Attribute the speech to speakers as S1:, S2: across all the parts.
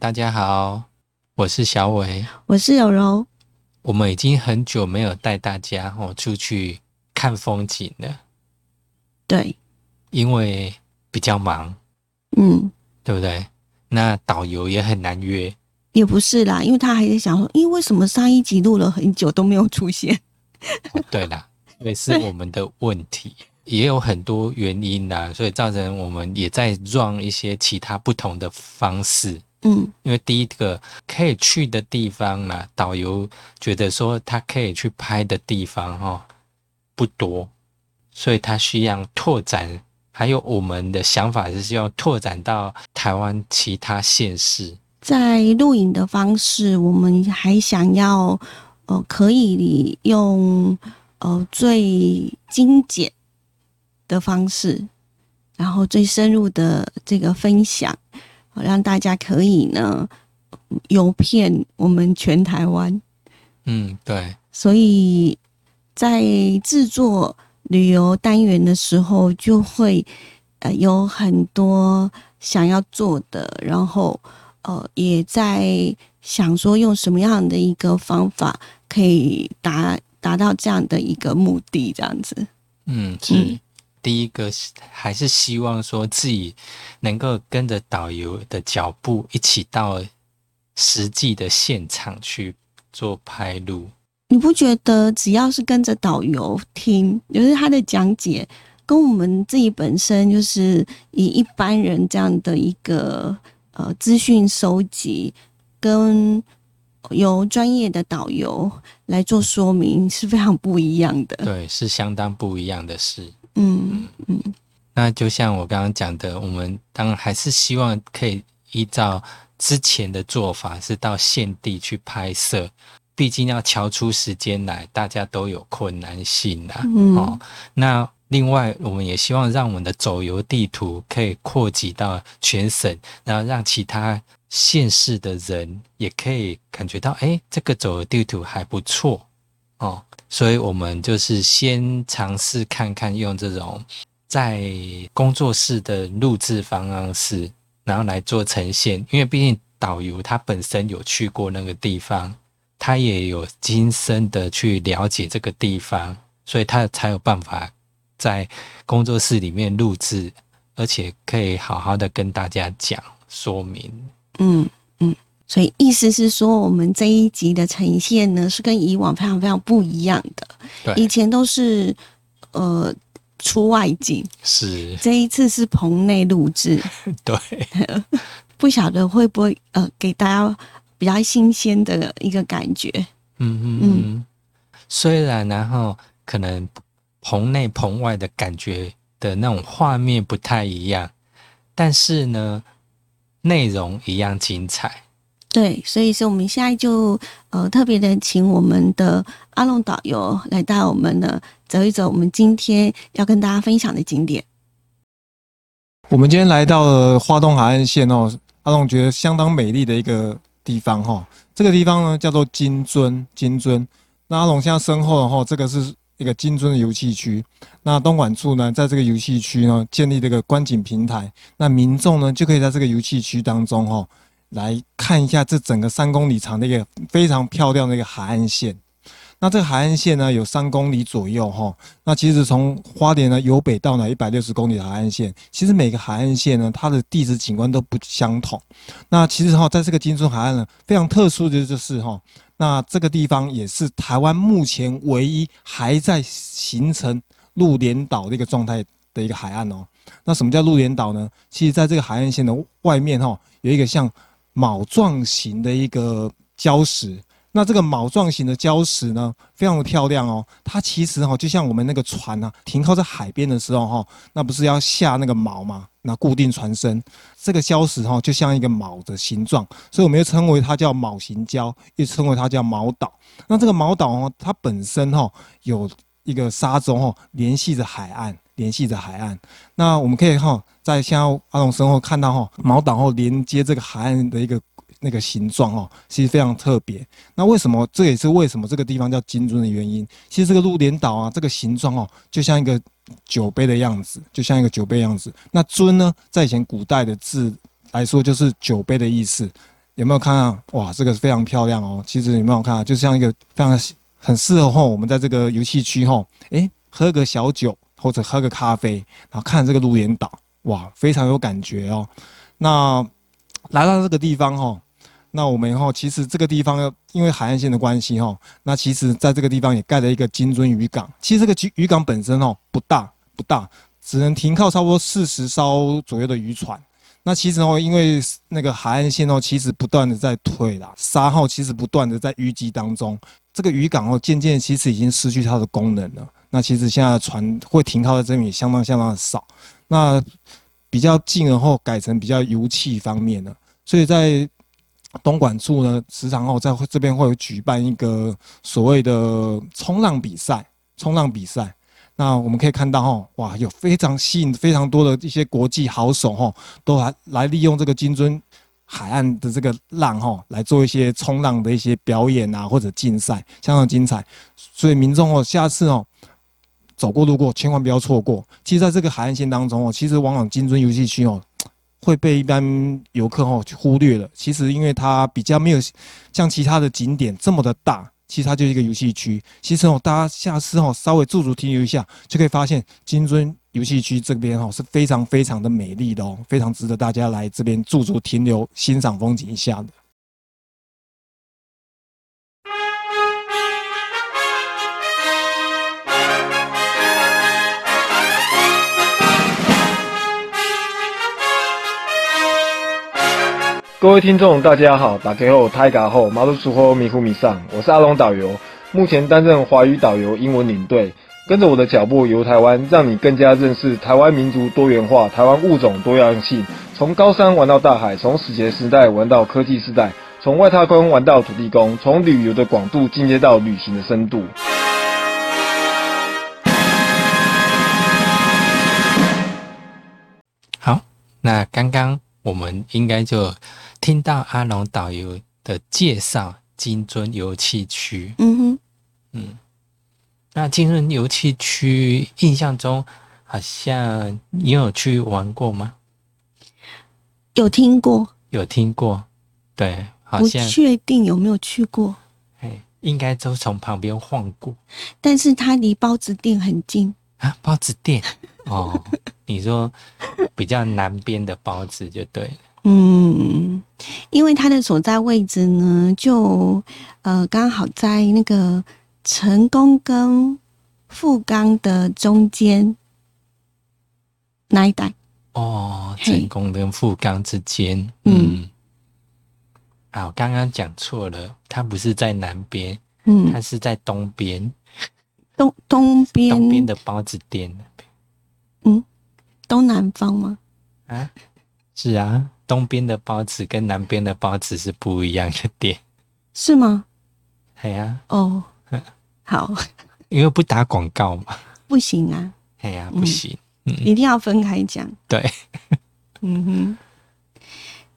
S1: 大家好，我是小伟。
S2: 我是柔柔，
S1: 我们已经很久没有带大家哦出去看风景了，
S2: 对，
S1: 因为比较忙，
S2: 嗯，
S1: 对不对？那导游也很难约，
S2: 也不是啦，因为他还在想说，咦，为什么上一集录了很久都没有出现？
S1: 哦对啦，也是我们的问题，也有很多原因啦，所以造成我们也在 run 一些其他不同的方式。
S2: 嗯，
S1: 因为第一个可以去的地方啦，导游觉得说他可以去拍的地方哈、哦、不多，所以他需要拓展。还有我们的想法是希望拓展到台湾其他县市。
S2: 在录影的方式，我们还想要，呃，可以用呃最精简的方式，然后最深入的这个分享，呃让大家可以呢游遍我们全台湾。
S1: 嗯，对，
S2: 所以在制作旅游单元的时候，就会呃有很多想要做的，然后呃也在想说用什么样的一个方法可以达达到这样的一个目的，这样子。
S1: 嗯，是。
S2: 嗯
S1: 第一个是还是希望说自己能够跟着导游的脚步一起到实际的现场去做拍录。
S2: 你不觉得只要是跟着导游听，就是他的讲解，跟我们自己本身就是以一般人这样的一个呃资讯收集，跟由专业的导游来做说明是非常不一样的。
S1: 对，是相当不一样的事。
S2: 嗯
S1: 那就像我刚刚讲的，我们当然还是希望可以依照之前的做法，是到现地去拍摄，毕竟要瞧出时间来，大家都有困难性啊。
S2: 嗯
S1: 哦，那另外我们也希望让我们的走游地图可以扩及到全省，然后让其他县市的人也可以感觉到，哎，这个走游地图还不错哦。所以我们就是先尝试看看用这种在工作室的录制方式，然后来做呈现，因为毕竟导游他本身有去过那个地方，他也有亲身的去了解这个地方，所以他才有办法在工作室里面录制，而且可以好好的跟大家讲说明。
S2: 嗯嗯，所以意思是说，我们这一集的呈现呢，是跟以往非常非常不一样的。以
S1: 对，
S2: 前都是呃出外景，
S1: 是，
S2: 这一次是棚内录制。
S1: 对，
S2: 不晓得会不会呃给大家比较新鲜的一个感觉。
S1: 嗯嗯嗯。虽然然后可能棚内棚外的感觉的那种画面不太一样，但是呢，内容一样精彩。
S2: 对，所以说我们现在就呃特别的请我们的阿龙导游来带我们呢走一走我们今天要跟大家分享的景点。
S3: 我们今天来到了花东海岸线哦，阿龙觉得相当美丽的一个地方哈、哦。这个地方呢叫做金樽，金樽。那阿龙现在身后哈、哦，这个是一个金樽的游戏区。那东莞处呢，在这个游戏区呢建立这个观景平台，那民众呢就可以在这个游戏区当中哈、哦，来看一下这整个三公里长的一个非常漂亮的一个海岸线。那这个海岸线呢有三公里左右哈、哦，那其实从花莲呢由北到南一百六十公里的海岸线，其实每个海岸线呢，它的地质景观都不相同。那其实哈、在这个金樽海岸呢，非常特殊的就是哈、那这个地方也是台湾目前唯一还在形成鹿连岛的一个状态的一个海岸哦。那什么叫鹿连岛呢？其实在这个海岸线的外面哈、有一个像卯状型的一个礁石。那这个卯状型的礁石呢，非常的漂亮哦。它其实哈、就像我们那个船啊，停靠在海边的时候哈、那不是要下那个锚嘛？那固定船身，这个礁石哈、就像一个锚的形状，所以我们又称为它叫锚形礁，又称为它叫锚岛。那这个锚岛哦，它本身哈、有一个沙洲哈、联系着海岸，联系着海岸。那我们可以哈、在像阿龙身后看到哈、锚岛后连接这个海岸的一个那个形状哦，其实非常特别。那为什么这也是为什么这个地方叫金樽的原因？其实这个鹿连岛啊，这个形状哦，就像一个酒杯的样子，就像一个酒杯样子。那樽呢，在以前古代的字来说，就是酒杯的意思。有没有看啊？哇，这个非常漂亮哦。其实有没有看啊？就像一个非常很适合吼，我们在这个游戏区吼，诶，喝个小酒或者喝个咖啡，然后看这个鹿岩岛，哇，非常有感觉哦。那来到这个地方吼，那我们吼，其实这个地方因为海岸线的关系吼，那其实在这个地方也盖了一个金樽渔港。其实这个金渔港本身哦不大不大，只能停靠差不多四十艘左右的渔船。那其实哦，因为那个海岸线哦，其实不断的在退啦，沙号其实不断的在淤积当中，这个渔港哦，渐渐其实已经失去它的功能了。那其实现在船会停靠在这里相当相当的少，那比较近而后改成比较油气方面了，所以在东莞处呢，时常哦在这边会有举办一个所谓的冲浪比赛，冲浪比赛。那我们可以看到哈，哇，有非常吸引非常多的一些国际好手哈，都来来利用这个金樽海岸的这个浪哈，来做一些冲浪的一些表演啊，或者竞赛，相当精彩。所以民众哦，下次哦。走过路过，千万不要错过。其实，在这个海岸线当中哦，其实往往金樽游戏区哦，会被一般游客哦忽略了。其实，因为它比较没有像其他的景点这么的大，其实它就是一个游戏区。其实哦，大家下次哦稍微驻足停留一下，就可以发现金樽游戏区这边哦是非常非常的美丽的哦，非常值得大家来这边驻足停留、欣赏风景一下的。
S4: 各位听众，大家好，打给后泰嘎后马路出后迷糊迷上，我是阿龙导游，目前担任华语导游、英文领队，跟着我的脚步游台湾，让你更加认识台湾民族多元化、台湾物种多样性，从高山玩到大海，从史前时代玩到科技时代，从外太空玩到土地公，从旅游的广度进阶到旅行的深度。
S1: 好，那刚刚我们应该就听到阿龙导游的介绍金樽油气区。
S2: 嗯哼，
S1: 嗯，那金樽油气区印象中好像你有去玩过吗？
S2: 有听过，
S1: 有听过？对，好
S2: 不
S1: 像
S2: 确定有没有去过，
S1: 哎，应该都从旁边晃过
S2: 但是它离包子店很近。
S1: 啊。包子 店哦，你说比较南边的包子就对了。
S2: 嗯，因为它的所在位置呢，就呃刚好在那个成功跟富冈的中间那一带。
S1: 哦，
S2: 嘿
S1: 成功跟富冈之间，
S2: 嗯
S1: 嗯，啊，我刚刚讲错了，它不是在南边，它
S2: 嗯，
S1: 是在东边，
S2: 东东边
S1: 东边的包子店那边
S2: 东南方吗？
S1: 啊，是啊，东边的包子跟南边的包子是不一样的 店，
S2: 是吗？
S1: 哎呀、
S2: 哦，好，
S1: 因为不打广告嘛，
S2: 不行啊，
S1: 哎呀、
S2: 嗯
S1: 不行，
S2: 一定要分开讲。
S1: 对，
S2: 嗯哼，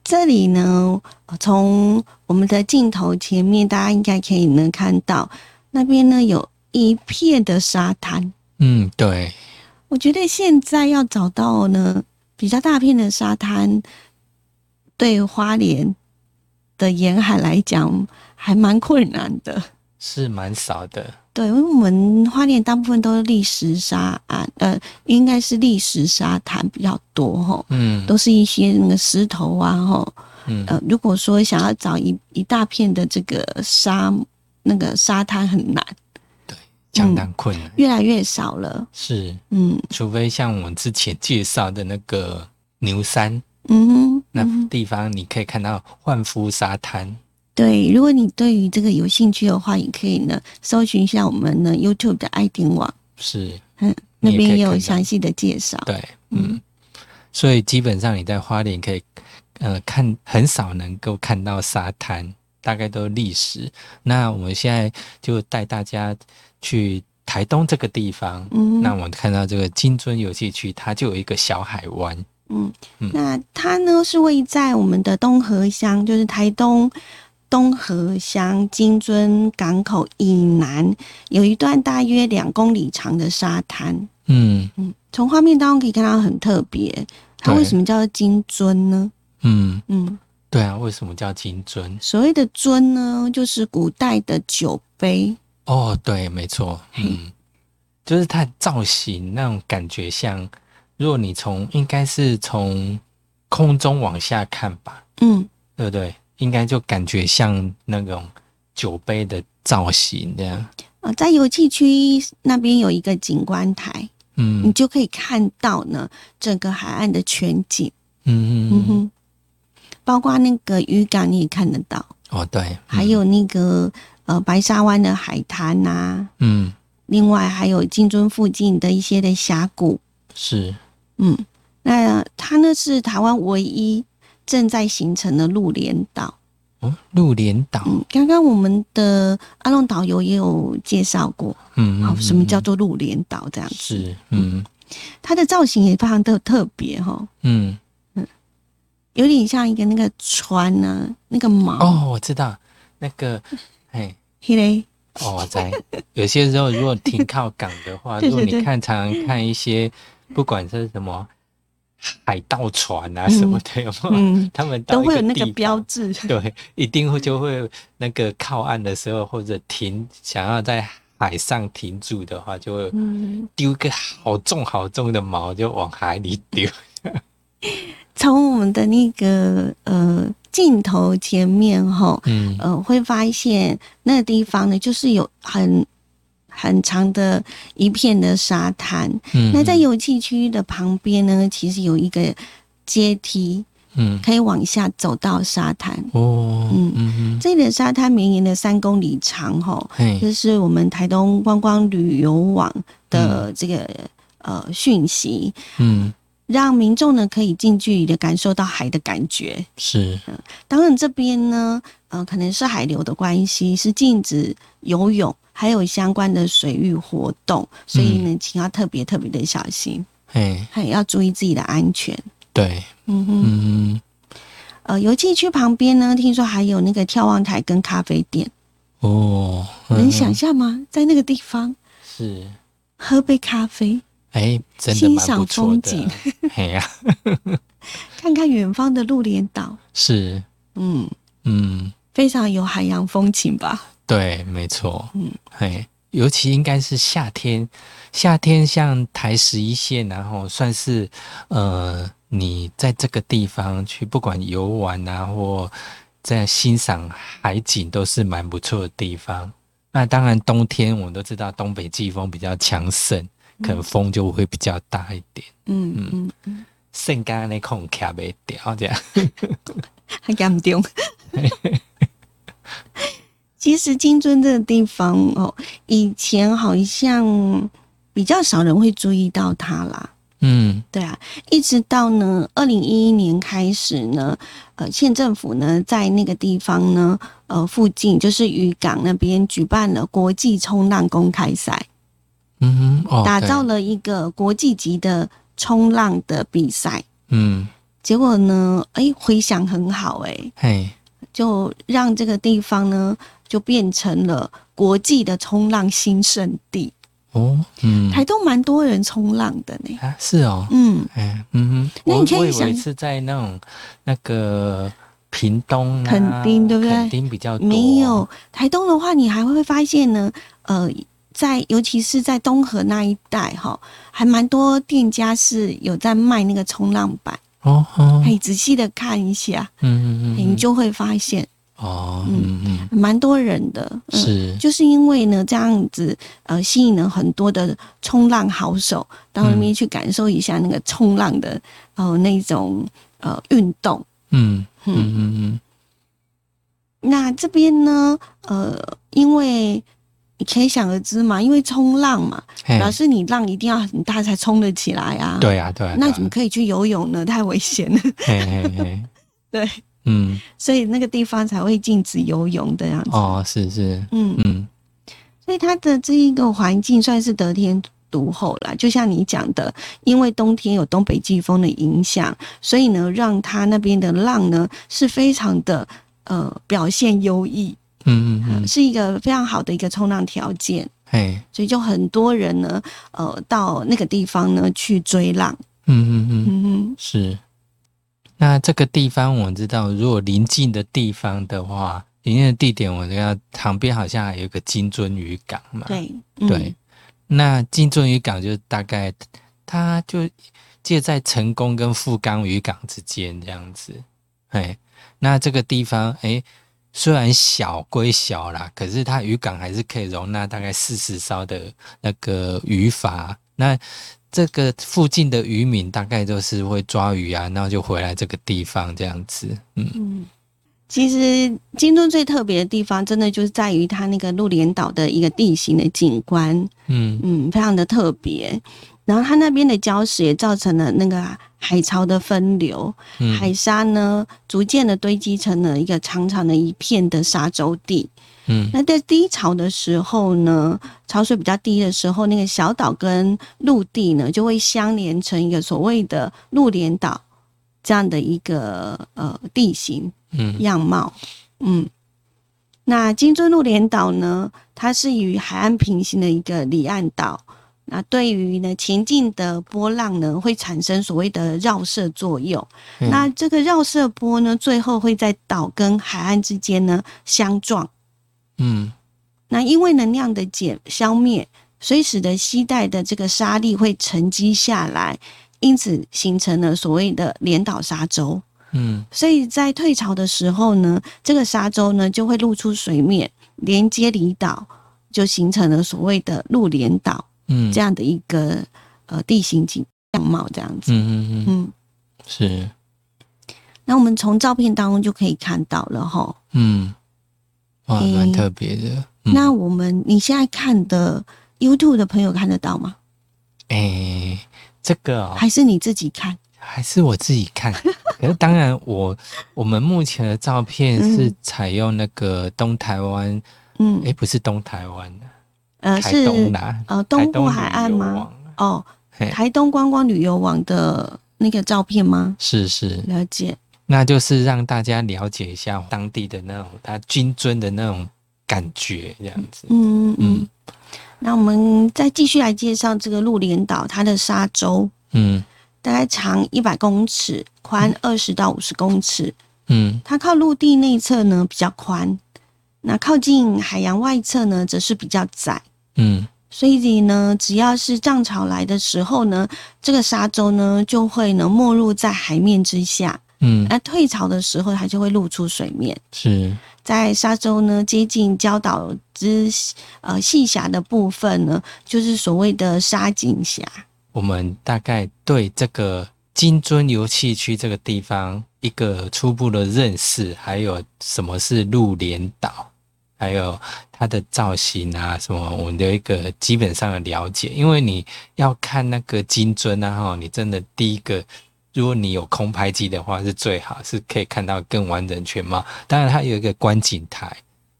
S2: 这里呢，呃从我们的镜头前面，大家应该可以能看到，那边呢有一片的沙滩。
S1: 嗯，对，
S2: 我觉得现在要找到呢比较大片的沙滩，对花莲的沿海来讲还蛮困难的。
S1: 是蛮少的，
S2: 对，因为我们花莲大部分都是砾石沙岸，呃，应该是砾石沙滩比较多吼，
S1: 嗯
S2: 都是一些那个石头啊吼，
S1: 嗯
S2: 呃，如果说想要找一一大片的这个沙那个沙滩很难，
S1: 相当困难，
S2: 越来越少了。
S1: 是，
S2: 嗯
S1: 除非像我们之前介绍的那个牛山。
S2: 嗯哼
S1: 那
S2: 嗯哼
S1: 地方你可以看到焕肤沙滩，
S2: 对，如果你对于这个有兴趣的话，也可以呢搜寻一下我们呢 YouTube 的爱丁网，
S1: 是
S2: 嗯，
S1: 你
S2: 那
S1: 也可以
S2: 边也有
S1: 看到
S2: 详细的介绍。
S1: 对，
S2: 嗯
S1: 嗯，所以基本上你在花莲可以，呃，看很少能够看到沙滩，大概都历史。那我们现在就带大家去台东这个地方，
S2: 嗯
S1: 那我们看到这个金樽游戏区，它就有一个小海湾，
S2: 嗯
S1: 嗯，
S2: 那它呢是位在我们的东河乡，就是台东东河乡金樽港口以南，有一段大约两公里长的沙滩。
S1: 嗯
S2: 嗯，从画面当中可以看到很特别，它
S1: 对
S2: 为什么叫做金樽呢？
S1: 嗯，
S2: 嗯，
S1: 对啊，为什么叫金樽？
S2: 所谓的樽呢，就是古代的酒杯，
S1: 哦，对，没错，嗯，就是它造型那种感觉像，如果你从应该是从空中往下看吧，
S2: 嗯，
S1: 对不对？应该就感觉像那种酒杯的造型这样，
S2: 呃，在游憩区那边有一个景观台，你
S1: 嗯
S2: 就可以看到呢整个海岸的全景，
S1: 嗯嗯
S2: 嗯
S1: 嗯，
S2: 哼，包括那个渔港你也看得到，
S1: 哦对，嗯
S2: 还有那个呃白沙湾的海滩呐、
S1: 嗯
S2: 另外还有金樽附近的一些的峡谷，
S1: 是
S2: 嗯，那它呢是台湾唯一正在形成的陆连岛。
S1: 哦，鹿连岛，
S2: 嗯，刚刚我们的阿龙导游也有介绍过，
S1: 嗯，嗯
S2: 好、哦什么
S1: 嗯
S2: 叫
S1: 嗯
S2: 做陆连岛这样子。
S1: 是，嗯
S2: 它的造型也非常的特别哈、哦，
S1: 嗯，
S2: 有点像一个那个船呢、那个锚，
S1: 哦，我知道那个，哎。
S2: 嘿嘞，
S1: 哦，我在有些时候，如果停靠港的话，
S2: 对
S1: 如果
S2: 对对
S1: 你看常常看一些，不管是什么海盗船啊
S2: 嗯
S1: 什么的，有没有
S2: 嗯，
S1: 他们哦到
S2: 都
S1: 一
S2: 会有那个
S1: 地方
S2: 标，志，
S1: 对，一定会就会那个靠岸的时候或者停想要在海上停住的话，就会
S2: 嗯，
S1: 丢个好重好重的锚就往海里丢。
S2: 从我们的那个呃镜头前面哈、
S1: 嗯
S2: 呃，会发现那个地方呢，就是有很很长的一片的沙滩。
S1: 嗯
S2: 那在游憩区的旁边呢，其实有一个阶梯，
S1: 嗯
S2: 可以往下走到沙滩。
S1: 哦
S2: 嗯
S1: 嗯
S2: 这里的沙滩绵延了三公里长，吼，
S1: 嘿
S2: 这是我们台东观光旅游网的这个、呃讯息，
S1: 嗯
S2: 让民众呢可以近距离的感受到海的感觉。
S1: 是
S2: 当然这边呢，呃，可能是海流的关系，是禁止游泳，还有相关的水域活动，所以呢，请要特别特别的小心，
S1: 嘿
S2: 还要注意自己的安全。
S1: 对
S2: 嗯哼，
S1: 嗯
S2: 呃，游憩区旁边呢，听说还有那个眺望台跟咖啡店，
S1: 哦嗯
S2: 能想象吗？在那个地方
S1: 是。
S2: 喝杯咖啡，
S1: 哎，真的
S2: 欣
S1: 蛮不
S2: 赏
S1: 错
S2: 风
S1: 的
S2: 景。
S1: 嘿呀、
S2: 看看远方的鹿连岛，
S1: 是，
S2: 嗯，
S1: 嗯，
S2: 非常有海洋风情吧？
S1: 对，没错，
S2: 嗯
S1: 嗯，嘿，尤其应该是夏天，夏天像台十一线，然后算是呃，你在这个地方去，不管游玩啊，或在欣赏海景，都是蛮不错的地方。那当然，冬天我们都知道东北季风比较强盛，可能风就会比较大一点，
S2: 嗯嗯，
S1: 盛干那空卡没掉这样。
S2: 很严重。其实金樽这个地方哦，以前好像比较少人会注意到它啦。
S1: 嗯
S2: 对啊，一直到呢，二零一一年开始呢，呃，县政府呢在那个地方呢，呃，附近就是渔港那边举办了国际冲浪公开赛，
S1: 嗯哼，哦，
S2: 打
S1: 对
S2: 造了一个国际级的冲浪的比赛。
S1: 嗯，
S2: 结果呢，哎，回响很好、哎诶。
S1: 嘿，
S2: 就让这个地方呢，就变成了国际的冲浪新圣地。
S1: 哦，嗯，
S2: 台东蛮多人冲浪的呢。
S1: 啊，是哦，
S2: 嗯，
S1: 哎，嗯哼，
S2: 那
S1: 我
S2: 你可以
S1: 我以
S2: 想
S1: 为是在那种那个屏东、啊、
S2: 垦丁对不对
S1: 垦丁比较多，啊
S2: 没有，台东的话，你还会发现呢，呃，在尤其是在东河那一带哈，还蛮多店家是有在卖那个冲浪板，
S1: 哦，哦
S2: 可以仔细的看一下，
S1: 嗯嗯嗯，
S2: 你就会发现
S1: 哦，嗯嗯，
S2: 蛮多人的。嗯，
S1: 是，
S2: 就是因为呢，这样子呃，吸引了很多的冲浪好手到那
S1: 嗯
S2: 边去感受一下那个冲浪的呃那种呃运动。
S1: 嗯嗯
S2: 嗯，
S1: 嗯
S2: 那这边呢，呃，因为你可以想而知嘛，因为冲浪嘛，
S1: 嗯，
S2: 表
S1: 嘿，
S2: 示你浪一定要很大才冲得起来啊。，
S1: 对啊对啊，
S2: 那
S1: 对啊
S2: 怎么可以去游泳呢？太危险了。
S1: 嘿嘿嘿，
S2: 对，
S1: 嗯，
S2: 所以那个地方才会禁止游泳的样子。
S1: 哦，是是，
S2: 嗯，
S1: 嗯
S2: 所以它的这一个环境算是得天独厚啦。就像你讲的，因为冬天有东北季风的影响，所以呢，让它那边的浪呢是非常的呃表现优异、
S1: 嗯嗯
S2: 呃
S1: 嗯，
S2: 是一个非常好的一个冲浪条件。
S1: 嘿，
S2: 所以就很多人呢，呃，到那个地方呢去追浪。
S1: 嗯嗯嗯，
S2: 嗯哼，
S1: 是，那这个地方我们知道，如果临近的地方的话，临近的地点，我们要旁边好像还有一个金樽渔港嘛。
S2: 对，嗯、
S1: 对，那金樽渔港就大概它就介在成功跟富冈渔港之间这样子。哎，那这个地方哎，虽然小归小啦，可是它渔港还是可以容纳大概四十艘的那个渔筏。那这个附近的渔民大概都是会抓鱼啊，然后就回来这个地方这样子。嗯，
S2: 嗯，其实金樽最特别的地方，真的就是在于它那个鹿连岛的一个地形的景观，
S1: 嗯，
S2: 嗯，非常的特别。然后它那边的礁石也造成了那个海潮的分流，
S1: 嗯
S2: 海沙呢逐渐的堆积成了一个长长的一片的沙洲地。
S1: 嗯
S2: 那在低潮的时候呢，潮水比较低的时候，那个小岛跟陆地呢就会相连成一个所谓的陆连岛这样的一个呃地形。
S1: 嗯
S2: 样貌。嗯，那金樽鹿连岛呢，它是与海岸平行的一个离岸岛。那对于呢前进的波浪呢，会产生所谓的绕射作用。
S1: 嗯
S2: 那这个绕射波呢，最后会在岛跟海岸之间呢相撞。
S1: 嗯
S2: 那因为能量的减消灭，所以使得吸带的这个沙粒会沉积下来，因此形成了所谓的连岛沙洲。
S1: 嗯
S2: 所以在退潮的时候呢，这个沙洲呢就会露出水面，连接离岛，就形成了所谓的陆连岛
S1: 嗯，
S2: 这样的一个呃地形景样貌这样子。
S1: 嗯嗯嗯，
S2: 嗯，
S1: 是，
S2: 那我们从照片当中就可以看到了哈。
S1: 嗯，哇，
S2: 诶
S1: 蛮特别的。嗯
S2: 那我们你现在看的 YouTube 的朋友看得到吗？
S1: 诶，这个哦，
S2: 还是你自己看？
S1: 还是我自己 看。可是当然我，我们目前的照片是采用那个东台湾，
S2: 嗯，
S1: 诶，不是东台湾，
S2: 呃
S1: 台
S2: 是
S1: 东啦，
S2: 呃
S1: 台
S2: 东部
S1: 东
S2: 海岸
S1: 旅游
S2: 吗？
S1: 网？哎
S2: 哦，
S1: 嘿
S2: 台东观光旅游网的那个照片吗？
S1: 是是，
S2: 了解。
S1: 那就是让大家了解一下当地的那种它军尊的那种感觉，这样子。
S2: 嗯嗯。嗯
S1: 嗯
S2: 那我们再继续来介绍这个鹿连岛，它的沙洲
S1: 嗯
S2: 大概长一百公尺，宽二十到五十公尺。
S1: 嗯
S2: 它靠陆地内侧呢比较宽，那靠近海洋外侧呢则是比较窄。
S1: 嗯
S2: 所以呢，只要是涨潮来的时候呢，这个沙洲呢就会呢没入在海面之下。
S1: 嗯，
S2: 那退潮的时候，它就会露出水面。
S1: 是，
S2: 在沙洲呢接近礁岛之呃细峡的部分呢，就是所谓的沙井峡。
S1: 我们大概对这个金樽游戏区这个地方一个初步的认识，还有什么是鹿连岛，还有它的造型啊什么，我们的一个基本上的了解。因为你要看那个金樽啊，哈，你真的第一个。如果你有空拍机的话，是最好是可以看到更完整全貌。当然，它有一个观景台，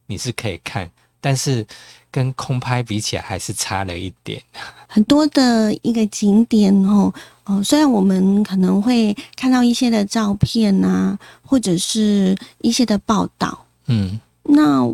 S1: 你是可以看，但是跟空拍比起来还是差了一点。
S2: 很多的一个景点哦，哦，虽然我们可能会看到一些的照片啊，或者是一些的报道，
S1: 嗯
S2: 那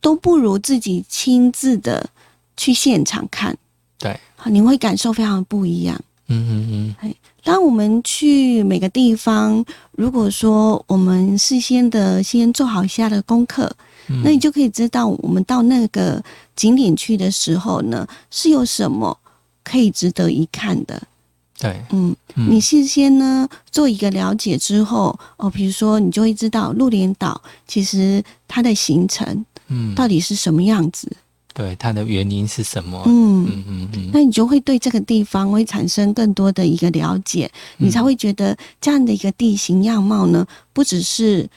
S2: 都不如自己亲自的去现场看，
S1: 对，
S2: 好你会感受非常不一样。
S1: 嗯嗯嗯。
S2: 当我们去每个地方，如果说我们事先的先做好一下的功课，
S1: 嗯
S2: 那你就可以知道我们到那个景点去的时候呢，是有什么可以值得一看的。
S1: 对，
S2: 嗯，
S1: 嗯
S2: 你事先呢做一个了解之后，哦，比如说你就会知道鹿连岛其实它的行程
S1: 嗯，
S2: 到底是什么样子。
S1: 对它的原因是什么？
S2: 嗯，
S1: 嗯嗯嗯
S2: 那你就会对这个地方会产生更多的一个了解，你才会觉得这样的一个地形样貌呢，不只是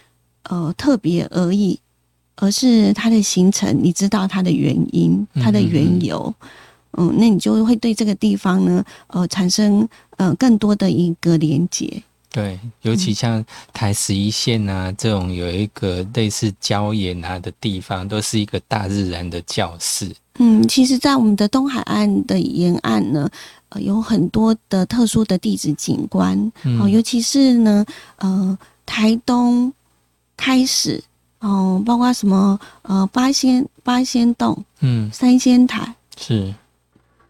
S2: 呃特别而已，而是它的形成，你知道它的原因，
S1: 嗯
S2: 它的
S1: 嗯
S2: 缘
S1: 嗯
S2: 由。嗯，那你就会对这个地方呢，呃，产生呃更多的一个连接。
S1: 对，尤其像台十一线啊这种有一个类似礁岩啊的地方，都是一个大自然的教室。
S2: 嗯，其实，在我们的东海岸的沿岸呢，呃，有很多的特殊的地质景观，
S1: 嗯
S2: 哦、尤其是呢，呃，台东开始，哦、包括什么呃八仙八仙洞、
S1: 嗯，
S2: 三仙台，
S1: 是，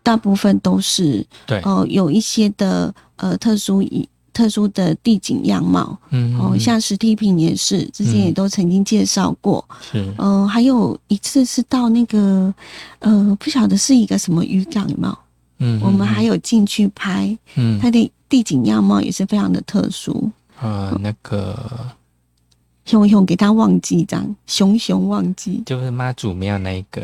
S2: 大部分都是哦
S1: 对，
S2: 呃有一些的呃特殊意特殊的地景样貌。
S1: 嗯，
S2: 哦，像实体品也是，之前也
S1: 嗯
S2: 都曾经介绍过。
S1: 是
S2: 呃，还有一次是到那个，呃，不晓得是一个什么渔港，有没有？
S1: 嗯，
S2: 我们还有进去拍，
S1: 嗯
S2: 它的地景样貌也是非常的特殊。
S1: 啊、那个
S2: 熊熊给它忘记这样，熊熊忘记
S1: 就是妈祖庙那一个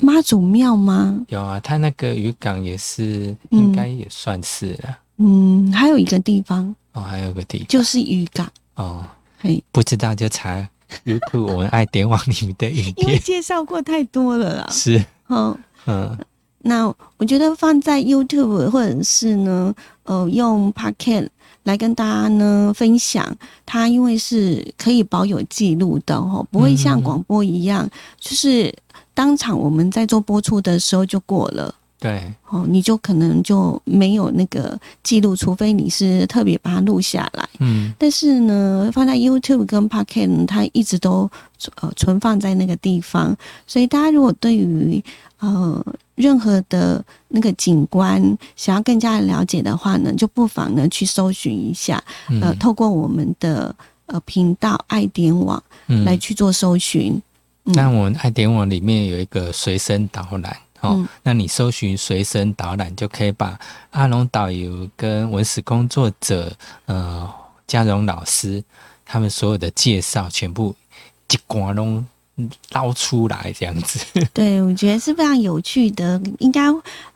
S2: 妈祖庙吗？
S1: 有啊，它那个渔港也是
S2: 嗯
S1: 应该也算是了、
S2: 嗯，还有一个地方
S1: 哦，还有个地方
S2: 就是渔港，
S1: 哦，
S2: 嘿，
S1: 不知道就查 YouTube 我们爱点网里面的影
S2: 因为
S1: 片
S2: 介绍过太多了 啦。
S1: 是
S2: 嗯，
S1: 嗯
S2: 那我觉得放在 YouTube 或者是呢，呃，用 Pocket 来跟大家呢分享，它因为是可以保有记录的哦，不会像
S1: 嗯
S2: 广播一样，就是当场我们在做播出的时候就过了。
S1: 对
S2: 哦，你就可能就没有那个记录，除非你是特别把它录下来。
S1: 嗯
S2: 但是呢，放在 YouTube 跟 Pocket，呢它一直都呃存放在那个地方，所以大家如果对于呃任何的那个景观想要更加了解的话呢，就不妨呢去搜寻一下，
S1: 嗯
S2: 呃，透过我们的呃频道爱点网
S1: 嗯
S2: 来去做搜寻。嗯
S1: 那我们爱点网里面有一个随身导览哦，
S2: 嗯
S1: 那你搜寻随身导览就可以把阿龙导游跟文史工作者呃嘉荣老师他们所有的介绍全部一光拢捞出来这样子。
S2: 对，我觉得是非常有趣的，应该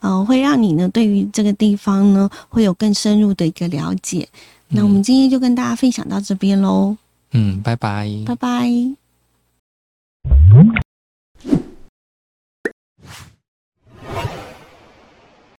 S2: 呃会让你呢对于这个地方呢会有更深入的一个了解。那我们今天就跟大家分享到这边喽，
S1: 嗯，拜拜。
S2: 拜拜。